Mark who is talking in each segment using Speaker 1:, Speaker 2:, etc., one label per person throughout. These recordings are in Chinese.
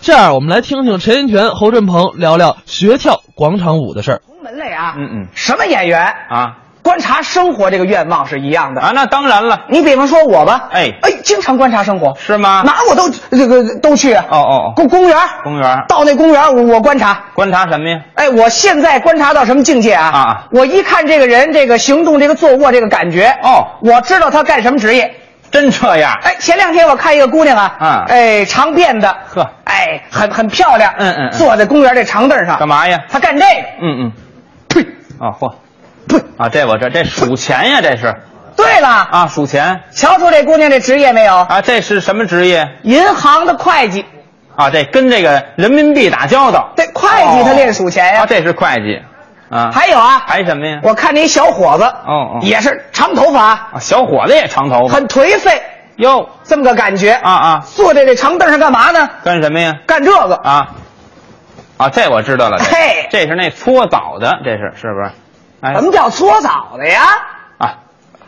Speaker 1: 这样，我们来听听陈印泉、侯振鹏聊聊学跳广场舞的事儿。
Speaker 2: 同门类啊，
Speaker 3: 嗯嗯
Speaker 2: 什么演员
Speaker 3: 啊
Speaker 2: 观察生活这个愿望是一样的
Speaker 3: 啊，。那当然了，
Speaker 2: 你比方说我吧，
Speaker 3: 哎
Speaker 2: 哎，经常观察生活，
Speaker 3: 是吗？
Speaker 2: 哪我都这个都去啊。
Speaker 3: 哦哦哦
Speaker 2: 公公园儿，
Speaker 3: 公园儿
Speaker 2: 到那公园儿我我观察。
Speaker 3: 观察什么呀？
Speaker 2: 哎，我现在观察到什么境界啊？
Speaker 3: 啊
Speaker 2: 我一看这个人这个行动、这个坐卧、这个感觉，
Speaker 3: 哦，
Speaker 2: 我知道他干什么职业。
Speaker 3: 真这样？
Speaker 2: 哎，前两天我看一个姑娘啊，
Speaker 3: 啊
Speaker 2: 哎，长辫子，
Speaker 3: 呵
Speaker 2: 哎，很很漂亮，
Speaker 3: 嗯嗯嗯
Speaker 2: 坐在公园这长凳上，
Speaker 3: 干？嘛呀？
Speaker 2: 她干这个，
Speaker 3: 嗯嗯，
Speaker 2: 呸
Speaker 3: 啊嚯，
Speaker 2: 呸！
Speaker 3: 啊，这我这这数钱呀，这是
Speaker 2: 对了，啊，
Speaker 3: 啊，数钱
Speaker 2: 瞧出这姑娘这职业没有？
Speaker 3: 啊，这是什么职业
Speaker 2: 银行的会计，
Speaker 3: 啊？这跟这个人民币打交道，
Speaker 2: 对，会计他练数钱呀、
Speaker 3: 啊，这是会计啊，
Speaker 2: 还有啊，
Speaker 3: 还什么呀？
Speaker 2: 我看那小伙子，
Speaker 3: 哦哦
Speaker 2: 也是长头发，
Speaker 3: 啊小伙子也长头发
Speaker 2: 很颓废，
Speaker 3: 哟
Speaker 2: 这么个感觉
Speaker 3: 啊。啊，
Speaker 2: 坐在这长凳上干嘛呢？
Speaker 3: 干什么呀？
Speaker 2: 干这个，
Speaker 3: 啊啊，这我知道了，这
Speaker 2: 嘿，
Speaker 3: 这是那搓澡的，这是是不是？哎
Speaker 2: 什么叫搓澡的呀？
Speaker 3: 啊，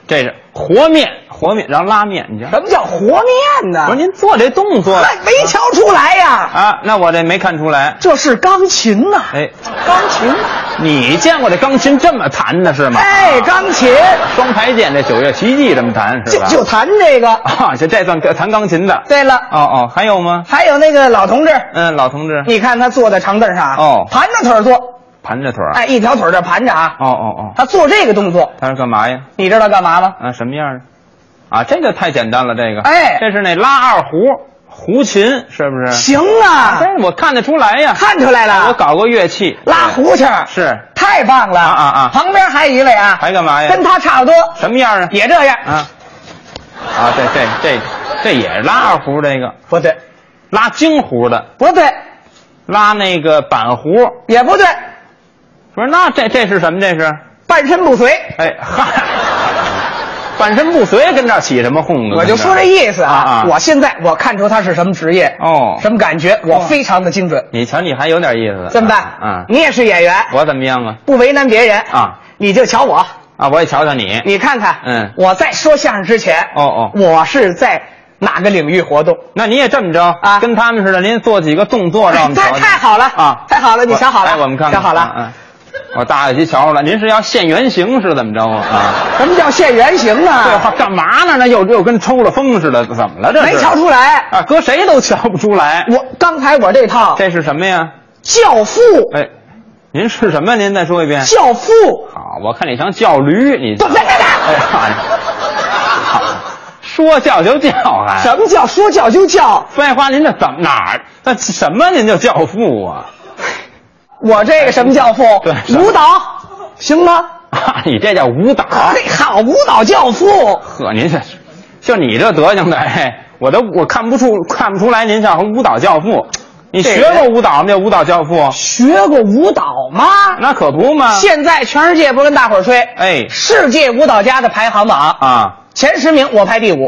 Speaker 3: 这是和面，和面，然后拉面，你瞧。
Speaker 2: 什么叫和面呢？
Speaker 3: 不是您做这动作
Speaker 2: 那没瞧出来呀、
Speaker 3: 啊？那我这没看出来。
Speaker 2: 这是钢琴呐、
Speaker 3: 哎，
Speaker 2: 钢琴，
Speaker 3: 你见过这钢琴这么弹的是吗？啊
Speaker 2: 哎，钢琴，
Speaker 3: 双排键这《九月奇迹》这么弹是
Speaker 2: 就
Speaker 3: 吧？
Speaker 2: 就弹这个。
Speaker 3: 啊，这这算弹钢琴的。
Speaker 2: 对了，
Speaker 3: 哦哦，还有吗？
Speaker 2: 还有那个老同志，
Speaker 3: 嗯，老同志，
Speaker 2: 你看他坐在长凳上啊，
Speaker 3: 哦
Speaker 2: 盘着腿儿坐，
Speaker 3: 盘着腿儿。
Speaker 2: 哎，一条腿儿这盘着啊，
Speaker 3: 啊哦哦哦，
Speaker 2: 他做这个动作，
Speaker 3: 他是干嘛呀？
Speaker 2: 你知道干嘛吗？
Speaker 3: 啊，什么样的？啊，这个太简单了，这个。
Speaker 2: 哎
Speaker 3: 啊这是那拉二胡，胡琴是不是？
Speaker 2: 行啊，
Speaker 3: 这我看得出来呀。
Speaker 2: 看出来了，
Speaker 3: 我搞过乐器，
Speaker 2: 拉胡琴儿
Speaker 3: 是
Speaker 2: 太棒了
Speaker 3: 啊啊啊
Speaker 2: 旁边还有一位啊，
Speaker 3: 还干嘛呀？
Speaker 2: 跟他差不多，
Speaker 3: 什么样啊？
Speaker 2: 也这样，
Speaker 3: 啊啊，这这这这也是拉二胡，这个
Speaker 2: 不对，
Speaker 3: 拉京胡的，
Speaker 2: 不对，
Speaker 3: 拉那个板胡。
Speaker 2: 也不对，
Speaker 3: 不是，那这这是什么？这是？
Speaker 2: 半身不遂。
Speaker 3: 哎嗨，半身不遂，跟这儿起什么哄呢？
Speaker 2: 我就说这意思
Speaker 3: 嗯啊
Speaker 2: 啊
Speaker 3: 啊，
Speaker 2: 我现在我看出他是什么职业
Speaker 3: 哦
Speaker 2: 什么感觉，我非常的精准。
Speaker 3: 你瞧，你还有点意思。
Speaker 2: 这么办
Speaker 3: 啊，
Speaker 2: 你也是演员，
Speaker 3: 我怎么样啊？
Speaker 2: 不为难别人
Speaker 3: 啊，
Speaker 2: 你就瞧我，
Speaker 3: 啊，我也瞧瞧你。
Speaker 2: 你看看，
Speaker 3: 嗯
Speaker 2: 我在说相声之前，
Speaker 3: 哦哦
Speaker 2: 我是在哪个领域活动？
Speaker 3: 那你也这么着
Speaker 2: 啊
Speaker 3: 跟他们似的，您做几个动作让我们瞧
Speaker 2: 太
Speaker 3: 瞧。
Speaker 2: 太好了
Speaker 3: 啊，
Speaker 2: 太好了你
Speaker 3: 我
Speaker 2: 瞧好了
Speaker 3: 哎，我们看看
Speaker 2: 瞧好了
Speaker 3: 啊啊我大概去瞧瞧了。您是要现原形是怎么着啊？啊，
Speaker 2: 什么叫现原形
Speaker 3: 这
Speaker 2: 啊？
Speaker 3: 话干嘛呢？那又又跟抽了风似的，怎么了？这是
Speaker 2: 没瞧出来。
Speaker 3: 啊，搁谁都瞧不出来。
Speaker 2: 我刚才我这套《
Speaker 3: 这是什么呀？
Speaker 2: 教父》，
Speaker 3: 哎，您是什么？您再说一遍
Speaker 2: 《教父》
Speaker 3: 好，我看你像叫驴，你
Speaker 2: 对对对对
Speaker 3: 哎呀，好说叫就叫 还
Speaker 2: 什么叫说教就教？
Speaker 3: 废话，您这怎么哪儿？那什么您就教父啊？
Speaker 2: 我这个什么教父
Speaker 3: 对？是
Speaker 2: 舞蹈，行吗？
Speaker 3: 啊， 你这叫舞蹈。
Speaker 2: 啊，这好舞蹈教父，
Speaker 3: 呵，您这是，就你这德行的，哎，我都我看不出看不出来您像舞蹈教父。你
Speaker 2: 这
Speaker 3: 学
Speaker 2: 人
Speaker 3: 过舞蹈吗？这舞蹈教 父？
Speaker 2: 学过舞蹈吗？
Speaker 3: 那可不嘛。
Speaker 2: 现在全世界不是跟大伙儿吹，
Speaker 3: 哎
Speaker 2: 世界舞蹈家的排行榜
Speaker 3: 啊，
Speaker 2: 前十名，我排第五。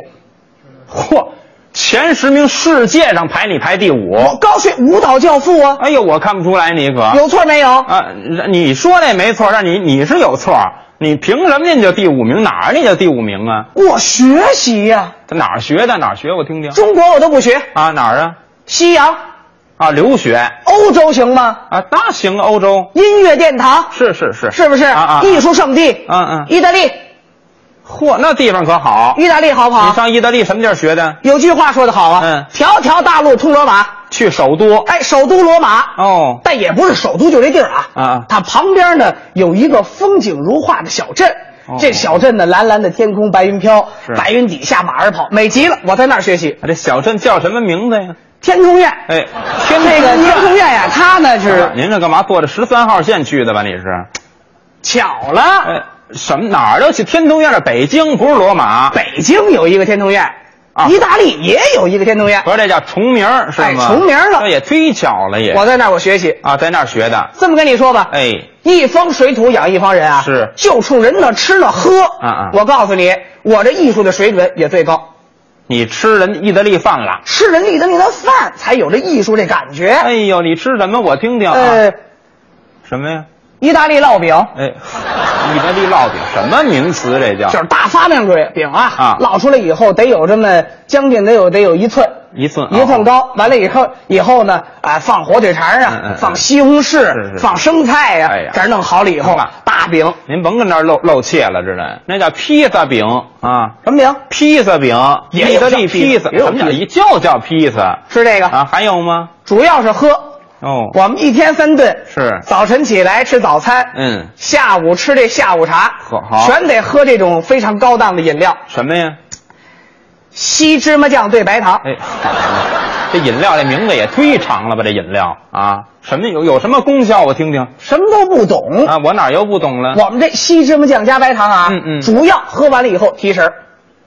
Speaker 3: 嚯，前十名世界上排你排第五。
Speaker 2: 我高学舞蹈教父啊，
Speaker 3: 哎呦，我看不出来你可。
Speaker 2: 有错没有？
Speaker 3: 啊，你说那没错，但你你是有错，你凭什么你就第五名？哪儿你就第五名啊？
Speaker 2: 我学习呀、
Speaker 3: 他哪儿学的？哪儿学？我听听。
Speaker 2: 中国我都不学，
Speaker 3: 啊，哪儿啊？
Speaker 2: 西洋、
Speaker 3: 啊，留学
Speaker 2: 欧洲行吗？
Speaker 3: 啊，那行，欧洲
Speaker 2: 音乐殿堂
Speaker 3: 是是是
Speaker 2: 是不是？
Speaker 3: 啊啊，
Speaker 2: 艺术圣地，
Speaker 3: 嗯嗯
Speaker 2: 意大利，
Speaker 3: 嚯，那地方可好。
Speaker 2: 意大利嗯好不
Speaker 3: 你
Speaker 2: 好？
Speaker 3: 上意大利什么地儿学的？
Speaker 2: 有句话说得好啊，
Speaker 3: 嗯
Speaker 2: 条条大路通罗马。
Speaker 3: 去首都。
Speaker 2: 哎，首都罗马，
Speaker 3: 哦，
Speaker 2: 但也不是首都就这地儿啊，
Speaker 3: 啊啊
Speaker 2: 它旁边呢有一个风景如画的小镇。
Speaker 3: 哦
Speaker 2: 这小镇呢，蓝蓝的天空，白云飘，
Speaker 3: 是
Speaker 2: 白云底下马儿跑，美极了。我在那儿学习
Speaker 3: 啊这小镇叫什么名字呀？
Speaker 2: 天通苑，
Speaker 3: 哎，
Speaker 2: 天这个天通苑呀，它呢是
Speaker 3: 啊您这干嘛坐着十三号线去的吧？你是？
Speaker 2: 巧了，
Speaker 3: 哎，什么哪儿都去？天通苑是北京，不是罗马。
Speaker 2: 北京有一个天通苑，
Speaker 3: 啊
Speaker 2: 意大利也有一个天通苑。
Speaker 3: 合着这叫重名儿是
Speaker 2: 哎
Speaker 3: 吗？
Speaker 2: 重名儿了
Speaker 3: 这也忒巧了也。
Speaker 2: 我在那儿我学习，
Speaker 3: 啊，在那儿学的。
Speaker 2: 这么跟你说吧，
Speaker 3: 哎，
Speaker 2: 一方水土养一方人啊，
Speaker 3: 是
Speaker 2: 就冲人的吃了喝。
Speaker 3: 啊啊
Speaker 2: 我告诉你，我这艺术的水准也最高，
Speaker 3: 你吃人意大利饭了？
Speaker 2: 吃人家意大利的饭才有这艺术这感觉。
Speaker 3: 哎呦，你吃什么？我听听啊。
Speaker 2: 呃，
Speaker 3: 什么呀？
Speaker 2: 意大利烙饼
Speaker 3: 哎，意大利烙饼，什么名词这叫？
Speaker 2: 就是大发面饼饼啊，
Speaker 3: 啊
Speaker 2: 烙出来以后得有这么将近得有得有一寸，
Speaker 3: 一寸
Speaker 2: 一寸高。完了以后，以后呢，啊，放火腿肠
Speaker 3: 嗯嗯
Speaker 2: 啊
Speaker 3: 嗯，
Speaker 2: 放西红
Speaker 3: 是
Speaker 2: 柿
Speaker 3: 是，
Speaker 2: 放生菜呀
Speaker 3: 哎呀，
Speaker 2: 这儿弄好了以后
Speaker 3: 嗯，
Speaker 2: 大饼
Speaker 3: 您甭跟那儿露露怯了，知道吗那叫披萨饼啊，
Speaker 2: 什么饼？
Speaker 3: 披萨饼，
Speaker 2: 也
Speaker 3: 意大
Speaker 2: 有叫
Speaker 3: 利披萨，
Speaker 2: 也有
Speaker 3: 什么叫
Speaker 2: 披萨
Speaker 3: 一就叫披萨
Speaker 2: 吃这个，
Speaker 3: 啊？还有吗？
Speaker 2: 主要是喝。
Speaker 3: 哦，
Speaker 2: 我们一天三顿，
Speaker 3: 是，
Speaker 2: 早晨起来吃早餐，
Speaker 3: 嗯，
Speaker 2: 下午吃这下午茶，
Speaker 3: 喝好
Speaker 2: 全得喝这种非常高档的饮料，
Speaker 3: 什么呀？
Speaker 2: 稀芝麻酱兑白糖。
Speaker 3: 哎，这饮料这名字也忒长了吧？这饮料啊，什么有有什么功效？我听听
Speaker 2: 什么都不懂，
Speaker 3: 啊，我哪儿又不懂了？
Speaker 2: 我们这稀芝麻酱加白糖啊，
Speaker 3: 嗯嗯
Speaker 2: 主要喝完了以后提神儿，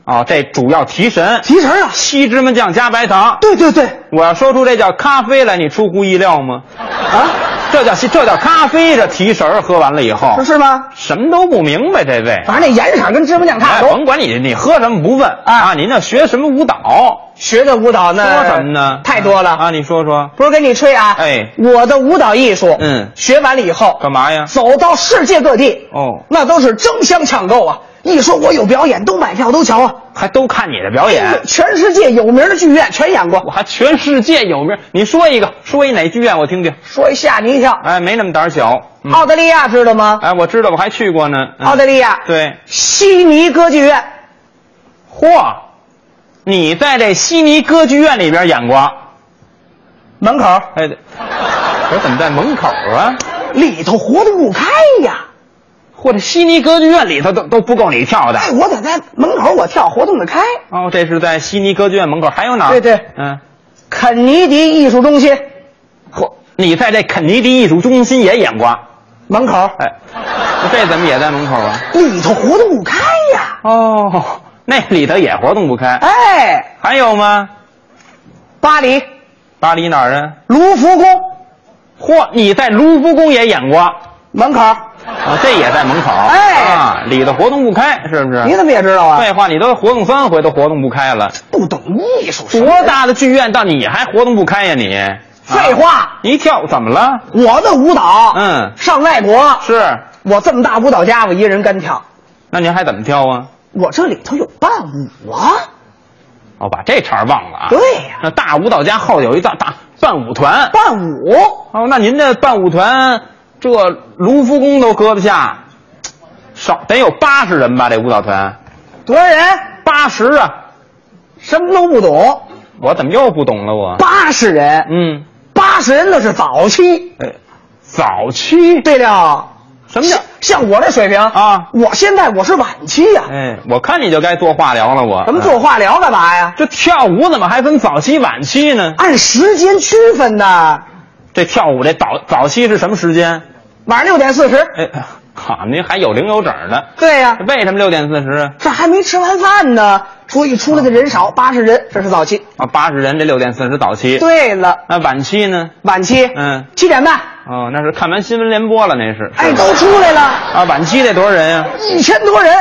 Speaker 3: 哦，这主要提神，
Speaker 2: 提神儿啊。
Speaker 3: 西芝麻酱加白糖。
Speaker 2: 对对对，
Speaker 3: 我要说出这叫咖啡来，你出乎意料吗？
Speaker 2: 啊，
Speaker 3: 这叫西这叫咖啡，这提神儿喝完了以后
Speaker 2: 不，是啊吗？
Speaker 3: 什么都不明白，这位。
Speaker 2: 反正那颜色跟芝麻酱差
Speaker 3: 哎，
Speaker 2: 不多。
Speaker 3: 甭管你你喝什么不问啊，您要学什么舞蹈，
Speaker 2: 学的舞蹈
Speaker 3: 说
Speaker 2: 呢？
Speaker 3: 什么呢？
Speaker 2: 呃太多了
Speaker 3: 啊！！你说说，
Speaker 2: 不是跟你吹啊，
Speaker 3: 哎
Speaker 2: 我的舞蹈艺术，
Speaker 3: 嗯
Speaker 2: 学完了以后，
Speaker 3: 干嘛呀？
Speaker 2: 走到世界各地，
Speaker 3: 哦，
Speaker 2: 那都是争相抢购啊！一说我有表演，都买票都瞧啊。
Speaker 3: 还都看你的表演，
Speaker 2: 全世界有名的剧院全演
Speaker 3: 我
Speaker 2: 过。
Speaker 3: 还全世界有名。你说一个，说一哪剧院我听听。
Speaker 2: 说一吓你一跳，
Speaker 3: 哎，没那么胆小。嗯
Speaker 2: 澳大利亚知道吗？
Speaker 3: 哎，我知道，我还去过呢。嗯
Speaker 2: 澳大利亚
Speaker 3: 对，
Speaker 2: 悉尼歌剧院。
Speaker 3: 嚯，你在这悉尼歌剧院里边演过？
Speaker 2: 门口
Speaker 3: 哎，对我怎么在门口啊？
Speaker 2: 里头活动不开呀！
Speaker 3: 嚯，这悉尼歌剧院里头都都不够你跳的。
Speaker 2: 哎，我得在门口我跳活动得开。
Speaker 3: 哦，这是在悉尼歌剧院门口，还有哪儿？
Speaker 2: 对对
Speaker 3: 嗯，
Speaker 2: 肯尼迪艺术中心
Speaker 3: 嚯，你在这肯尼迪艺术中心也演过？
Speaker 2: 门口
Speaker 3: 哎，这怎么也在门口啊？
Speaker 2: 里头活动不开呀！
Speaker 3: 哦，那里头也活动不开。
Speaker 2: 哎，
Speaker 3: 还有吗？
Speaker 2: 巴黎
Speaker 3: 巴黎哪儿啊？
Speaker 2: 卢浮宫
Speaker 3: 嚯，你在卢浮宫也演过？
Speaker 2: 门口，
Speaker 3: 啊，这也在门口。
Speaker 2: 哎
Speaker 3: 啊，里头活动不开，是不是？
Speaker 2: 你怎么也知道啊？
Speaker 3: 废话，你都活动三回都活动不开了，
Speaker 2: 不懂艺术什么
Speaker 3: 多大的剧院到你还活动不开呀你？
Speaker 2: 废话！
Speaker 3: 你一跳怎么了？
Speaker 2: 啊我的舞蹈，
Speaker 3: 嗯
Speaker 2: 上外国，
Speaker 3: 是，
Speaker 2: 我这么大舞蹈家，我一人干跳，
Speaker 3: 那您还怎么跳啊？
Speaker 2: 我这里头有伴舞啊。
Speaker 3: 哦，把这茬儿忘了啊。
Speaker 2: 对呀
Speaker 3: 那大舞蹈家后有一大大伴舞团。
Speaker 2: 伴舞，
Speaker 3: 哦，那您这伴舞团，这卢浮宫都搁得下，少得有八十人吧？这舞蹈团，
Speaker 2: 多少人？啊
Speaker 3: 八十啊！
Speaker 2: 什么都不懂，
Speaker 3: 我怎么又不懂了我？
Speaker 2: 八十人，
Speaker 3: 嗯，
Speaker 2: 八十人那是早期。
Speaker 3: 哎，早期
Speaker 2: 对了，
Speaker 3: 什 么叫
Speaker 2: 像？像我这水平
Speaker 3: 啊
Speaker 2: 我现在我是晚期呀、
Speaker 3: 哎，我看你就该做化疗了我。啊
Speaker 2: 咱们做化疗干嘛呀？
Speaker 3: 这跳舞怎么还分早期晚期呢？
Speaker 2: 按时间区分的，
Speaker 3: 这跳舞这早早期是什么时间？
Speaker 2: 晚上六点四十。
Speaker 3: 哎，好，您还有零有整呢。
Speaker 2: 对呀、
Speaker 3: 为什么六点四十
Speaker 2: 这还没吃完饭呢，所以出来的人少，八十人，这是早期。
Speaker 3: 啊？八十人这六点四十早期。。
Speaker 2: 对了，
Speaker 3: 那晚期呢？
Speaker 2: 晚期，
Speaker 3: 嗯，
Speaker 2: 七点半，
Speaker 3: 哦，那是看完新闻联播了，那是。
Speaker 2: 哎，都出来了，
Speaker 3: 啊，晚期得多少人呀、
Speaker 2: 一千多人，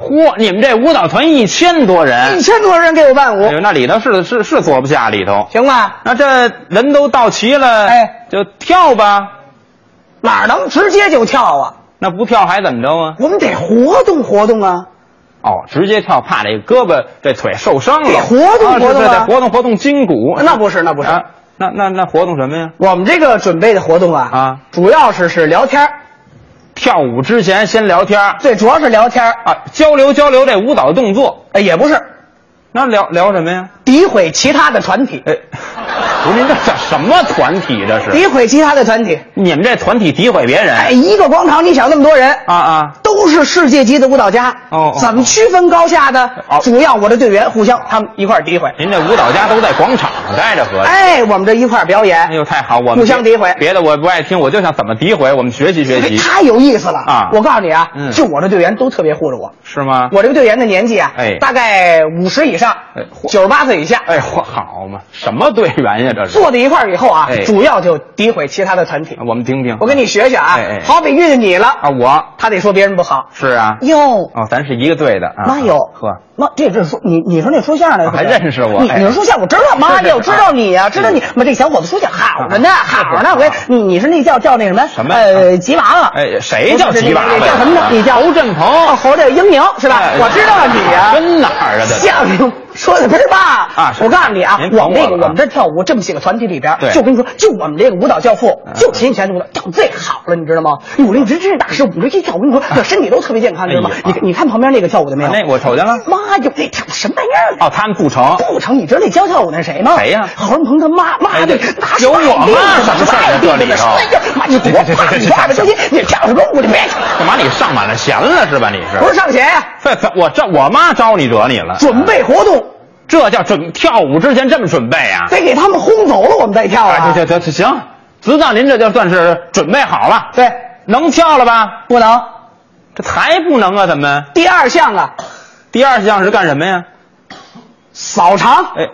Speaker 3: 嚯，你们这舞蹈团一千多人
Speaker 2: 一，千多人给我伴
Speaker 3: 哎
Speaker 2: 舞，
Speaker 3: 呦，那里头是是是坐不下里头。
Speaker 2: 行吧？
Speaker 3: 那这人都到齐了，
Speaker 2: 哎，
Speaker 3: 就跳吧。
Speaker 2: 哪能直接就跳啊？
Speaker 3: 那不跳还怎么着啊？
Speaker 2: 我们得活动活动啊！
Speaker 3: 哦，直接跳，怕这胳膊这腿受伤了。
Speaker 2: 得活动
Speaker 3: 啊
Speaker 2: 活动
Speaker 3: 是
Speaker 2: 啊
Speaker 3: 是得活动活动筋骨。
Speaker 2: 那不是，那不是，
Speaker 3: 啊，那那那活动什么呀？
Speaker 2: 我们这个准备的活动啊，
Speaker 3: 啊
Speaker 2: 主要是是聊天儿
Speaker 3: 跳舞之前先聊天儿
Speaker 2: 对，主要是聊天儿
Speaker 3: 啊，交流交流这舞蹈动作。
Speaker 2: 哎，也不是
Speaker 3: 那聊聊什么呀？
Speaker 2: 诋毁其他的团体，
Speaker 3: 哎，不是您这叫什么团体？这是
Speaker 2: 诋毁其他的团体。
Speaker 3: 你们这团体诋毁别人？
Speaker 2: 哎，一个广场，你想那么多人，
Speaker 3: 啊啊！
Speaker 2: 都是世界级的舞蹈家，
Speaker 3: 哦哦
Speaker 2: 怎么区分高下呢？
Speaker 3: 哦哎
Speaker 2: 主要我的队员互相他们一块儿诋毁。
Speaker 3: 您这舞蹈家都在广场上待着合着。
Speaker 2: 哎，我们这一块儿表演，
Speaker 3: 哎呦，太好！我们
Speaker 2: 互相诋毁
Speaker 3: 别的我不爱听，我就想怎么诋毁，我们学习学
Speaker 2: 哎
Speaker 3: 习，
Speaker 2: 太有意思了
Speaker 3: 啊
Speaker 2: 我告诉你啊，
Speaker 3: 嗯
Speaker 2: 就我这队员都特别护着我。
Speaker 3: 是吗？
Speaker 2: 我这个队员的年纪啊，
Speaker 3: 哎
Speaker 2: 大概五十以上
Speaker 3: 哎，嚯
Speaker 2: 九十八岁以下，
Speaker 3: 哎，嚯，好嘛，什么队员呀？这是
Speaker 2: 坐在一块儿以后啊
Speaker 3: 哎，
Speaker 2: 主要就诋毁其他的团体。
Speaker 3: 我们听听。
Speaker 2: 我跟你学学啊
Speaker 3: 哎哎，
Speaker 2: 好比遇见你了，
Speaker 3: 啊，我
Speaker 2: 他得说别人不好。
Speaker 3: 是啊，
Speaker 2: 哟，
Speaker 3: 哦，咱是一个队的啊。
Speaker 2: 妈哟，
Speaker 3: 呵，
Speaker 2: 妈，这这说你你说那说相声的
Speaker 3: 还认识我
Speaker 2: 你
Speaker 3: 哎
Speaker 2: 你说说相声，我知道，妈
Speaker 3: 是是
Speaker 2: 呀，我知道你呀，
Speaker 3: 啊
Speaker 2: 知道你，妈这小伙子说相声好着呢，
Speaker 3: 啊
Speaker 2: 好
Speaker 3: 是是
Speaker 2: 呢，我跟你你是那叫叫那什么
Speaker 3: 什么
Speaker 2: 呃，吉娃娃，
Speaker 3: 哎，谁叫
Speaker 2: 不是
Speaker 3: 吉娃
Speaker 2: 那
Speaker 3: 娃
Speaker 2: 那
Speaker 3: 呀？
Speaker 2: 叫
Speaker 3: 啊
Speaker 2: 什么呢？你叫
Speaker 3: 侯振鹏。
Speaker 2: 哦，猴这英明是吧
Speaker 3: 哎？
Speaker 2: 我知道你呀，
Speaker 3: 跟哪儿啊？这
Speaker 2: 相声说的倍儿棒
Speaker 3: 啊是
Speaker 2: 我告诉你啊，
Speaker 3: 您
Speaker 2: 我
Speaker 3: 捧
Speaker 2: 们这
Speaker 3: 我
Speaker 2: 个
Speaker 3: 了
Speaker 2: 我
Speaker 3: 啊
Speaker 2: 们这跳舞这么几个团体里边
Speaker 3: 对，
Speaker 2: 就跟你说，就我们这个舞蹈教父
Speaker 3: 啊，
Speaker 2: 就秦泉舞蹈跳最好了，你知道吗？武林真是大师，我们这一跳，我跟你说，这身体都特别健康，你知道吗
Speaker 3: 啊哎呀？啊
Speaker 2: 你你看旁边那个跳舞的没有？
Speaker 3: 那我瞅见了。
Speaker 2: 妈哟，那跳什么玩意儿？啊
Speaker 3: 哦，他们不成，
Speaker 2: 不成，你知道那教跳舞那谁吗？
Speaker 3: 谁呀
Speaker 2: 郝云鹏他妈，妈
Speaker 3: 哎
Speaker 2: 的，
Speaker 3: 这
Speaker 2: 拿
Speaker 3: 有我
Speaker 2: 妈
Speaker 3: 妈什么事儿在这里头
Speaker 2: 什么玩意儿？妈，你多胖，你多矮吧，小姐，你跳什么舞？你别，
Speaker 3: 干嘛你上满了弦了是吧？你
Speaker 2: 不
Speaker 3: 是
Speaker 2: 是上弦，
Speaker 3: 这这我这我妈招你惹你了？
Speaker 2: 准备活动
Speaker 3: 这叫准跳舞之前这么准备啊？
Speaker 2: 得给他们轰走了，我们再跳
Speaker 3: 哎，
Speaker 2: 啊。
Speaker 3: 对对对，行，子长您这就算是准备好了，
Speaker 2: 对，
Speaker 3: 能跳了吧？
Speaker 2: 不能。
Speaker 3: 这才不能啊！怎么？
Speaker 2: 第二项啊，
Speaker 3: 第二项是干什么呀？
Speaker 2: 扫场。
Speaker 3: 哎，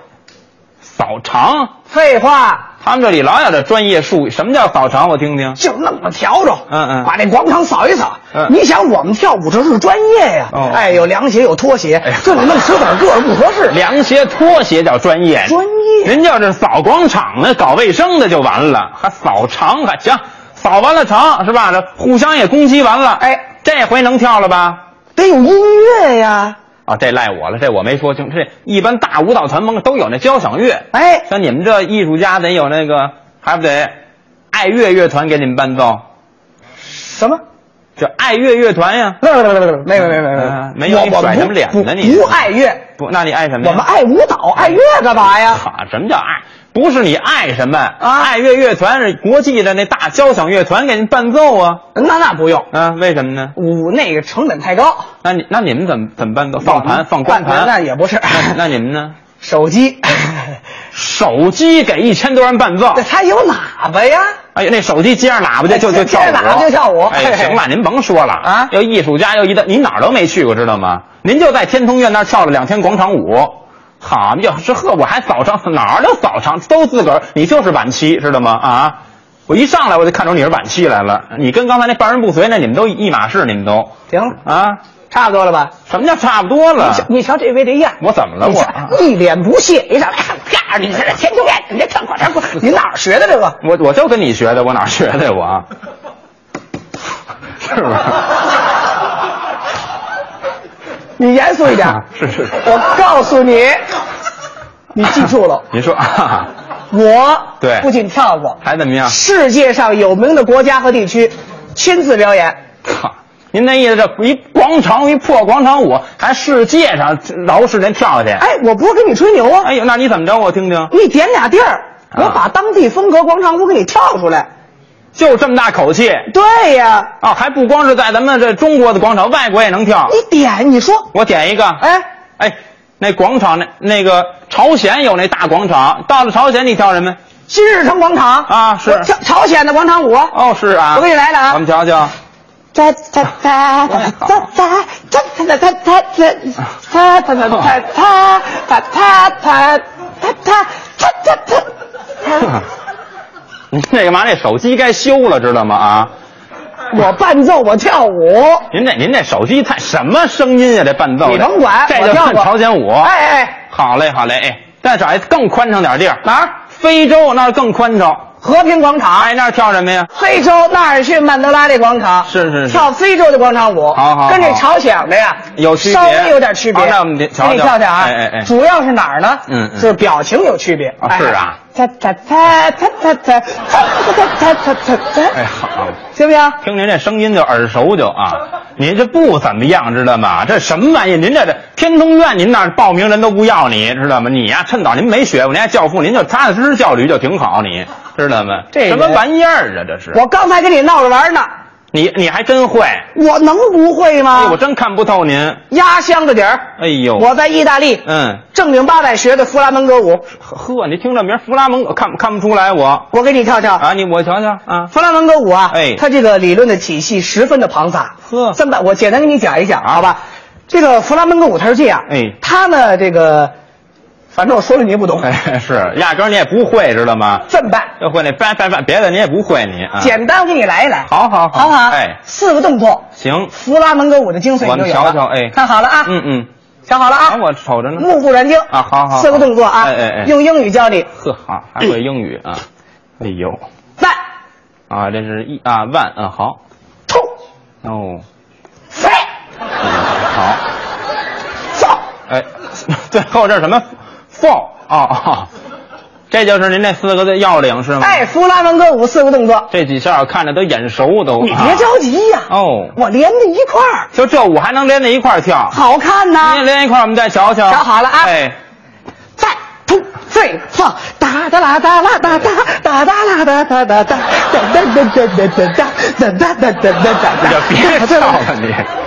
Speaker 3: 扫场，
Speaker 2: 废话，
Speaker 3: 他们这里老有这专业术语，什么叫扫场？我听听。
Speaker 2: 就那么笤帚，
Speaker 3: 嗯嗯
Speaker 2: 把这广场扫一扫。
Speaker 3: 嗯
Speaker 2: 你想我们跳舞这是专业呀、
Speaker 3: 哦
Speaker 2: 哎，有凉鞋，有拖鞋，
Speaker 3: 哎
Speaker 2: 这你弄石子儿个儿不合适。
Speaker 3: 凉鞋、拖鞋叫专业，
Speaker 2: 专业
Speaker 3: 人家这扫广场的、搞卫生的就完了，还扫场，还行，扫完了场是吧？这互相也攻击完了，
Speaker 2: 哎，
Speaker 3: 这回能跳了吧？
Speaker 2: 得有音乐呀，
Speaker 3: 啊，这赖我了，这我没说清。这一般大舞蹈团盟都有那交响乐，
Speaker 2: 哎，
Speaker 3: 像你们这艺术家得有那个，还不得爱乐乐团给你们伴奏？
Speaker 2: 什么？
Speaker 3: 这爱乐乐团呀，
Speaker 2: 没有没有没有没有没有没
Speaker 3: 啊
Speaker 2: 有
Speaker 3: 没有
Speaker 2: 我
Speaker 3: 你
Speaker 2: 我
Speaker 3: 甩
Speaker 2: 不
Speaker 3: 什么脸呢
Speaker 2: 不
Speaker 3: 你
Speaker 2: 不爱乐，
Speaker 3: 不，那你爱什么呀？
Speaker 2: 我们爱舞蹈，爱乐干嘛呀？
Speaker 3: 啊，什么叫爱？不是你爱什么啊？爱乐乐团是国际的那大交响乐团给您伴奏啊
Speaker 2: 那那不用，
Speaker 3: 啊？为什么呢？
Speaker 2: 舞那个成本太高。
Speaker 3: 那你那你们怎么怎么伴奏？放
Speaker 2: 我
Speaker 3: 盘
Speaker 2: 们
Speaker 3: 放光盘？
Speaker 2: 那也不是
Speaker 3: 那那你 们呢？
Speaker 2: 手机，
Speaker 3: 手机给一千多人伴奏
Speaker 2: 那，它有喇叭呀。
Speaker 3: 哎呀，那手机接上喇叭就
Speaker 2: 哎
Speaker 3: 就就
Speaker 2: 接
Speaker 3: 跳舞，
Speaker 2: 着喇叭就跳舞
Speaker 3: 哎呀，
Speaker 2: 嘿嘿
Speaker 3: 行了，您甭说了
Speaker 2: 啊
Speaker 3: 要艺术家又一的，您哪儿都没去过，知道吗？您就在天通苑那儿跳了两天广场舞。好，要是呵，我还早上哪儿都早上都自个儿，你就是晚期，知道吗？啊，我一上来我就看出你是晚期来了，你跟刚才那半人不遂那你们都一码事，你们都
Speaker 2: 行了，
Speaker 3: 啊？
Speaker 2: 差不多了吧？
Speaker 3: 什么叫差不多了？
Speaker 2: 你瞧这位这样，
Speaker 3: 我怎么了
Speaker 2: 你
Speaker 3: 我啊
Speaker 2: 瞧 一脸不屑，一上来，哎我告诉你，你这天就干，你这跳广场舞，你哪儿学的这个？
Speaker 3: 我我就跟你学的，我哪儿学的呀我？ 是不 是？。
Speaker 2: 你严肃一点
Speaker 3: 是是是，
Speaker 2: 我告诉你，你记住了
Speaker 3: 你说啊，
Speaker 2: 我
Speaker 3: 对
Speaker 2: 不仅跳过，
Speaker 3: 还怎么样？
Speaker 2: 世界上有名的国家和地区亲自表演。
Speaker 3: 靠，您那意思这一广场一破广场舞，还世界上饶是人跳去？哎
Speaker 2: 哎，我不是跟你吹牛啊，
Speaker 3: 呦，那你怎么着？我听听，
Speaker 2: 你点俩地儿，
Speaker 3: 哎啊
Speaker 2: 我把当地风格广场舞给你跳出来。
Speaker 3: 就这么大口气
Speaker 2: 对呀，
Speaker 3: 啊！还不光是在咱们这中国的广场，外国也能跳。
Speaker 2: 你点，你说，
Speaker 3: 我点一个，哎
Speaker 2: 哎，
Speaker 3: 哎，那广场那那个朝鲜有那大广场，到了朝鲜你跳什么？
Speaker 2: 新日城广场
Speaker 3: 啊是
Speaker 2: 我跳朝鲜的广场舞。
Speaker 3: 哦，是啊，
Speaker 2: 我给你来了啊
Speaker 3: 我们瞧瞧。
Speaker 2: 哒哒
Speaker 3: 啊
Speaker 2: 哒哒哒 哒哒哒哒哒哒哒哒哒哒哒哒哒哒哒哒哒哒。
Speaker 3: 您 那干嘛？那手机该修了，知道吗？啊，
Speaker 2: 我伴奏，我跳舞，
Speaker 3: 您这您这手机太什么声音呀、这伴奏的
Speaker 2: 你甭管，
Speaker 3: 这
Speaker 2: 我
Speaker 3: 就
Speaker 2: 跳
Speaker 3: 算
Speaker 2: 过
Speaker 3: 朝鲜舞。
Speaker 2: 哎哎，
Speaker 3: 好嘞，好嘞，哎，再找一更宽敞点地儿，
Speaker 2: 哪儿？
Speaker 3: 非洲那儿更宽敞。
Speaker 2: 和平广场。
Speaker 3: 哎，那儿跳什么呀？
Speaker 2: 非洲纳尔逊曼德拉这广场
Speaker 3: 是是是
Speaker 2: 跳非洲的广场舞，
Speaker 3: 好好
Speaker 2: 跟这
Speaker 3: 好
Speaker 2: 朝鲜的呀
Speaker 3: 有区别
Speaker 2: 稍微有点区别。
Speaker 3: 好那我们得瞧瞧
Speaker 2: 给你跳跳啊，
Speaker 3: 哎哎哎
Speaker 2: 主要是哪儿呢？
Speaker 3: 嗯嗯
Speaker 2: 就是表情有区别。
Speaker 3: 啊
Speaker 2: 哎
Speaker 3: 是啊，
Speaker 2: 哒哒哒哒哒哒哒哒哒哒哒，
Speaker 3: 哎，好，
Speaker 2: 行不行？
Speaker 3: 听您这声音就耳熟就啊，您这不怎么样，知道吗？这什么玩意？您这这天通苑，您那儿报名人都不要你，知道吗？你呀，趁早您没学过，您还教父，您就踏踏实实教驴就挺好，你知道吗？
Speaker 2: 这人
Speaker 3: 什么玩意儿啊？这是
Speaker 2: 我啊刚才跟你闹着玩呢，
Speaker 3: 你你还真会，
Speaker 2: 我能不会
Speaker 3: 哎，
Speaker 2: 吗
Speaker 3: 我？真看不透您。
Speaker 2: 压箱子底儿，
Speaker 3: 哎呦，
Speaker 2: 我在意大利
Speaker 3: 嗯，
Speaker 2: 正经八百学的弗拉门戈舞，
Speaker 3: 呵，你听这名儿弗拉蒙戈，看看不出来我
Speaker 2: 我给你跳跳。
Speaker 3: 啊，你我瞧瞧啊。
Speaker 2: 弗拉门戈舞啊，
Speaker 3: 哎
Speaker 2: 它这个理论的体系十分的庞杂。
Speaker 3: 呵
Speaker 2: 这么办我简单给你讲一讲，
Speaker 3: 啊
Speaker 2: 好吧？这个弗拉门戈舞它是这样，
Speaker 3: 哎
Speaker 2: 它呢这个，反正我说了你也不懂，
Speaker 3: 哎，是，压根儿你也不会，知道吗？
Speaker 2: 这么办？
Speaker 3: 要会那叭叭叭，别的你也不会你啊。
Speaker 2: 简单，我给你来一来，
Speaker 3: 好好好
Speaker 2: 好不好？
Speaker 3: 哎
Speaker 2: 四个动作，
Speaker 3: 行，
Speaker 2: 弗拉门戈舞的精髓
Speaker 3: 我
Speaker 2: 你都
Speaker 3: 们
Speaker 2: 有
Speaker 3: 瞧
Speaker 2: 了。
Speaker 3: 瞧，哎，
Speaker 2: 看好了啊，
Speaker 3: 嗯嗯，
Speaker 2: 瞧好了
Speaker 3: 啊，
Speaker 2: 啊，
Speaker 3: 我瞅着呢。
Speaker 2: 目不转睛
Speaker 3: 啊好好
Speaker 2: 四个动作啊，
Speaker 3: 哎哎哎
Speaker 2: 用英语教你，
Speaker 3: 呵，好，还会英语 啊？哎呦，
Speaker 2: 赞、
Speaker 3: 啊，这是一啊万啊好，
Speaker 2: 冲、
Speaker 3: 哦，
Speaker 2: 飞、
Speaker 3: 嗯好，
Speaker 2: 走、
Speaker 3: 哎， 最后这是什么 fall 啊、哦？这就是您那四个字要领是吗？
Speaker 2: 哎，弗拉门戈舞四个动作，
Speaker 3: 这几下看着都眼熟都。
Speaker 2: 你
Speaker 3: 啊
Speaker 2: 别着急呀、
Speaker 3: 哦
Speaker 2: 我连在一块儿，
Speaker 3: 就这舞还能连在一块儿跳？
Speaker 2: 好看呐、
Speaker 3: 您连一块儿，我们再瞧瞧。
Speaker 2: 瞧好了啊
Speaker 3: 哎，
Speaker 2: 再突再放，哒哒啦哒啦哒哒哒哒啦哒哒哒哒哒哒哒哒哒哒哒哒哒哒哒哒。
Speaker 3: 你就别笑了你。